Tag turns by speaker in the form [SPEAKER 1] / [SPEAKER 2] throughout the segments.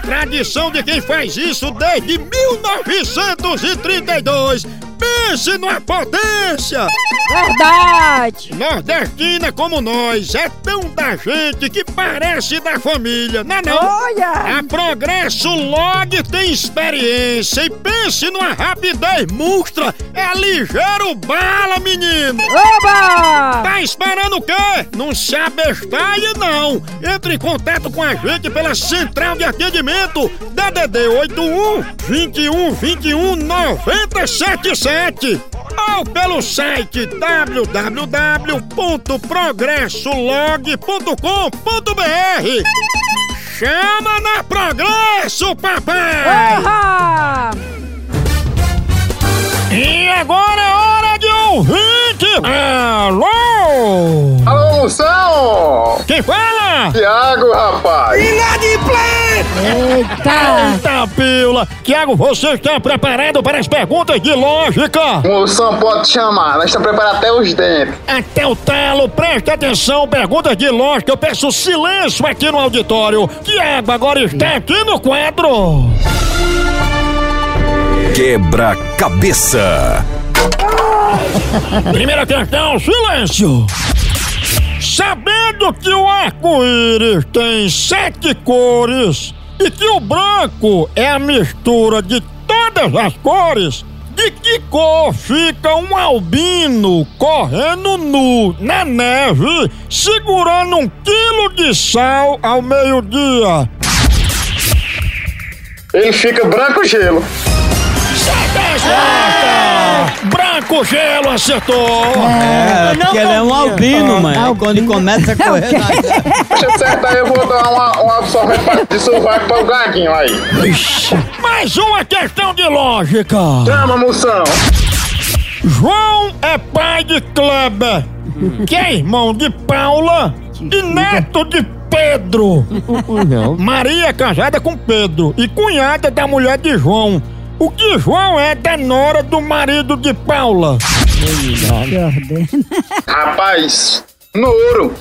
[SPEAKER 1] tradição de quem faz isso desde 1932. Pense numa potência!
[SPEAKER 2] Verdade!
[SPEAKER 1] Nordestina como nós é tão da gente que parece da família, não é não?
[SPEAKER 2] Olha!
[SPEAKER 1] A Progresso Log tem experiência e pense numa rapidez monstra. É ligeiro bala, menino.
[SPEAKER 2] Oba!
[SPEAKER 1] Tá esperando o quê? Não se abestalhe, não. Entre em contato com a gente pela central de atendimento DDD 81 21 21 977 ou pelo site www.progressolog.com.br Chama na Progresso, papai!
[SPEAKER 2] Ahá!
[SPEAKER 1] E agora é hora de ouvinte! Alô!
[SPEAKER 3] Alô, Moção!
[SPEAKER 1] Quem fala?
[SPEAKER 3] Tiago, rapaz!
[SPEAKER 2] Eita!
[SPEAKER 1] Eita, pila! Tiago, você está preparado para as perguntas de lógica?
[SPEAKER 3] Moção pode chamar, nós estamos preparados até os dentes.
[SPEAKER 1] Até o talo, presta atenção, perguntas de lógica, eu peço silêncio aqui no auditório. Tiago agora está aqui no quadro.
[SPEAKER 4] Quebra-cabeça.
[SPEAKER 1] Primeira questão, silêncio. Sabendo que o arco-íris tem sete cores e que o branco é a mistura de todas as cores, de que cor fica um albino correndo nu na neve, segurando um quilo de sal ao meio-dia?
[SPEAKER 3] Ele fica branco gelo.
[SPEAKER 1] Certa resposta! Branco gelo acertou!
[SPEAKER 5] É, porque ele é um albino, mano. Aí Quando ele começa a correr. na-
[SPEAKER 3] Deixa eu acertar, eu vou dar uma, uma absorvente pra- de sovaco para o gaguinho aí.
[SPEAKER 1] Mais uma questão de lógica!
[SPEAKER 3] Chama, Moção!
[SPEAKER 1] João é pai de Kleber, que é irmão de Paula e neto de Pedro. Maria é casada com Pedro e cunhada da mulher de João. O que João é da nora do marido de Paula?
[SPEAKER 3] Rapaz, no ouro.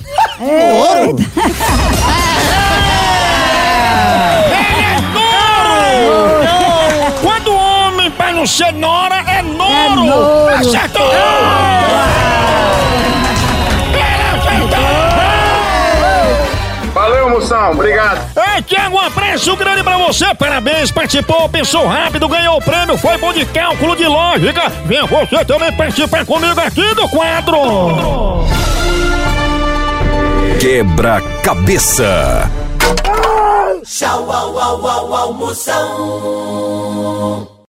[SPEAKER 1] é Noro! Quando o homem para não ser nora é Noro!
[SPEAKER 2] noro.
[SPEAKER 1] Acertou! Ele acertou!
[SPEAKER 3] Valeu, Moção, obrigado.
[SPEAKER 1] Ei, Tiago, um abraço grande pra você, parabéns, participou, pensou rápido, ganhou o prêmio, foi bom de cálculo, de lógica. Venha você também participar comigo aqui do quadro.
[SPEAKER 4] Quebra-cabeça.